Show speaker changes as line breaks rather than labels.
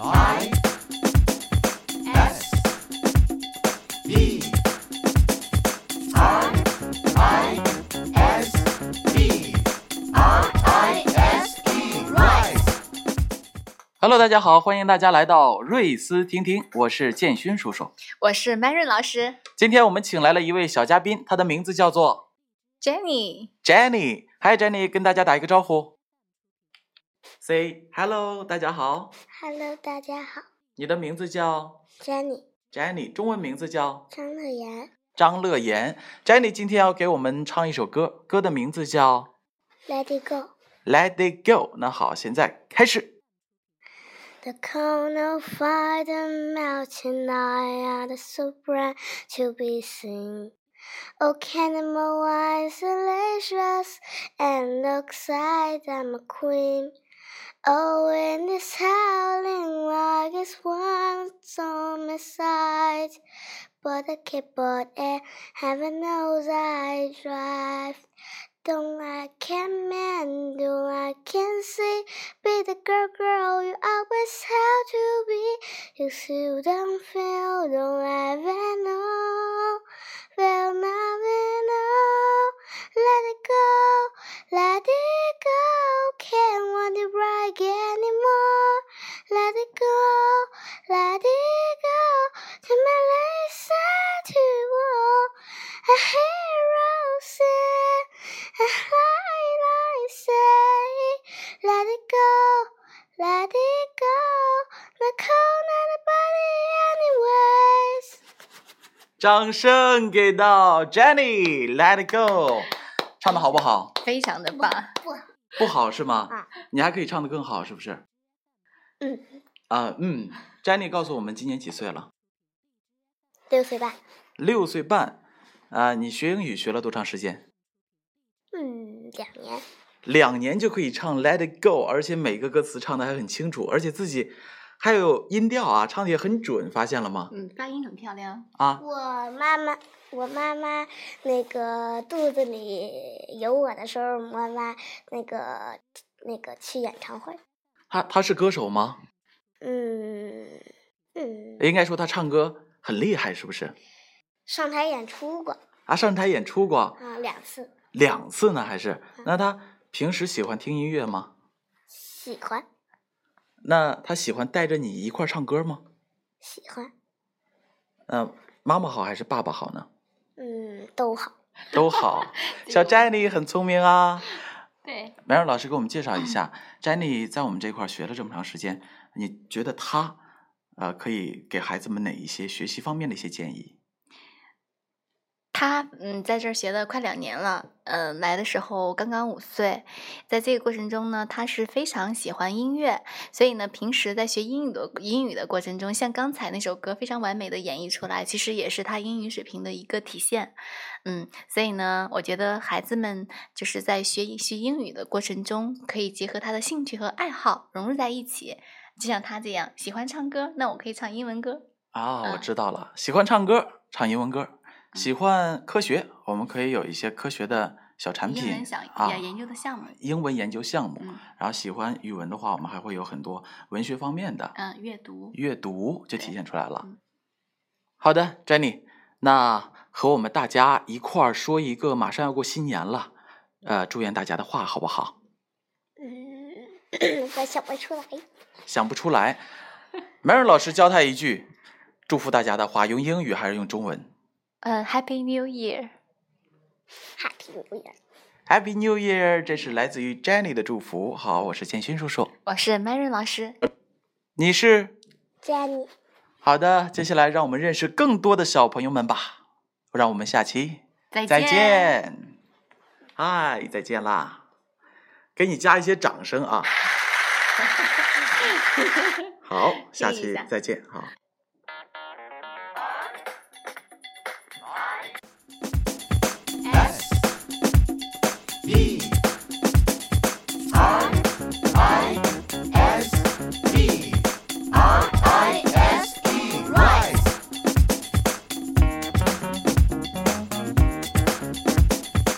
I S B I I S B R I S E rise.
Hello，大家好，欢迎大家来到瑞思听听，我是建勋叔叔。
我是 Mary 老师
今天我们请来了一位小嘉宾，他的名字叫做
Jenny。
Jenny。嗨，Jenny，跟大家打一个招呼，say hello，大家好。
Hello，大家好
你的名字叫
，Jenny
Jenny，中文名字叫
张乐言，
张乐言。Jenny 今天要给我们唱一首歌，歌的名字叫
Let It Go。
Let It Go。那好，现在开始。
The cone of fire, the melting eye, the so bright to be seen. Oh, can my eyes delicious and looks like I'm a queen. Oh, and it's howling like it's once on my side. But I keep on it, heaven knows I drive. Don't I can man, don't I can see, be the girl, girl you always have to be. You still don't feel, don't ever know, feel nothing know. Let it go, let it go, can't want it right anymore. Let it go, let it go, to my last to all. A hero said. Right, I say, let it go, let it go. The cold not a body anyways.
掌声给到 Jenny，Let It Go，唱的好不好？
非常的棒，
不好是吗？
啊
你还可以唱得更好，是不是？
嗯。
啊、嗯，Jenny 告诉我们今年几岁了？
六岁半。
六岁半。啊、你学英语学了多长时间？
嗯，两年。
两年就可以唱《Let It Go》，而且每个歌词唱的还很清楚，而且自己还有音调啊，唱的也很准，发现了吗？
嗯，发音很漂亮。
啊，
我妈妈，我妈妈那个肚子里有我的时候，妈妈那个那个去演唱会。
他他是歌手吗？
嗯嗯，
应该说他唱歌很厉害，是不是？
上台演出过
啊，上台演出过
啊、两次，
两次呢，还是？那他平时喜欢听音乐吗？
喜欢
那他喜欢带着你一块儿唱歌吗？
喜欢，
嗯，妈妈好还是爸爸好呢？
嗯，都好。
都好。 小 Jenny 很聪明啊。
对，
梅尔老师给我们介绍一下、j e n n y 在我们这块儿学了这么长时间，你觉得她呃可以给孩子们哪一些学习方面的一些建议？
他嗯，在这儿学了快两年了。嗯、来的时候刚刚五岁，在这个过程中呢，他是非常喜欢音乐，所以呢，平时在学英语的英语的过程中，像刚才那首歌非常完美的演绎出来，其实也是他英语水平的一个体现。嗯，所以呢，我觉得孩子们就是在学学英语的过程中，可以结合他的兴趣和爱好融入在一起，就像他这样喜欢唱歌，那我可以唱英文歌。
啊，我
嗯
知道了，喜欢唱歌，唱英文歌；喜欢科学，我们可以有一些科学的小
英
产
文
品
想
啊，
研研究的项目，
英文研究项目。
嗯
然后喜欢语文的话，我们还会有很多文学方面的，
嗯，阅读，
阅读就体现出来了
嗯。
好的，Jenny，那和我们大家一块儿说一个，马上要过新年了，呃，祝愿大家的话好不好？
嗯， 我想不出来。
想不出来 m a r 老师教他一句，祝福大家的话，用英语还是用中文
呃，Happy New Year，
Happy New Year，
？Happy New Year，这是来自于 Jenny 的祝福。好，我是建勋叔叔，
我是 Mary 老师，
你是？
Jenny，
好的，接下来让我们认识更多的小朋友们吧。让我们下期
再
再见，嗨，再见啦！给你加一 些掌声啊！好，下
谢谢一
期
下
再见，好。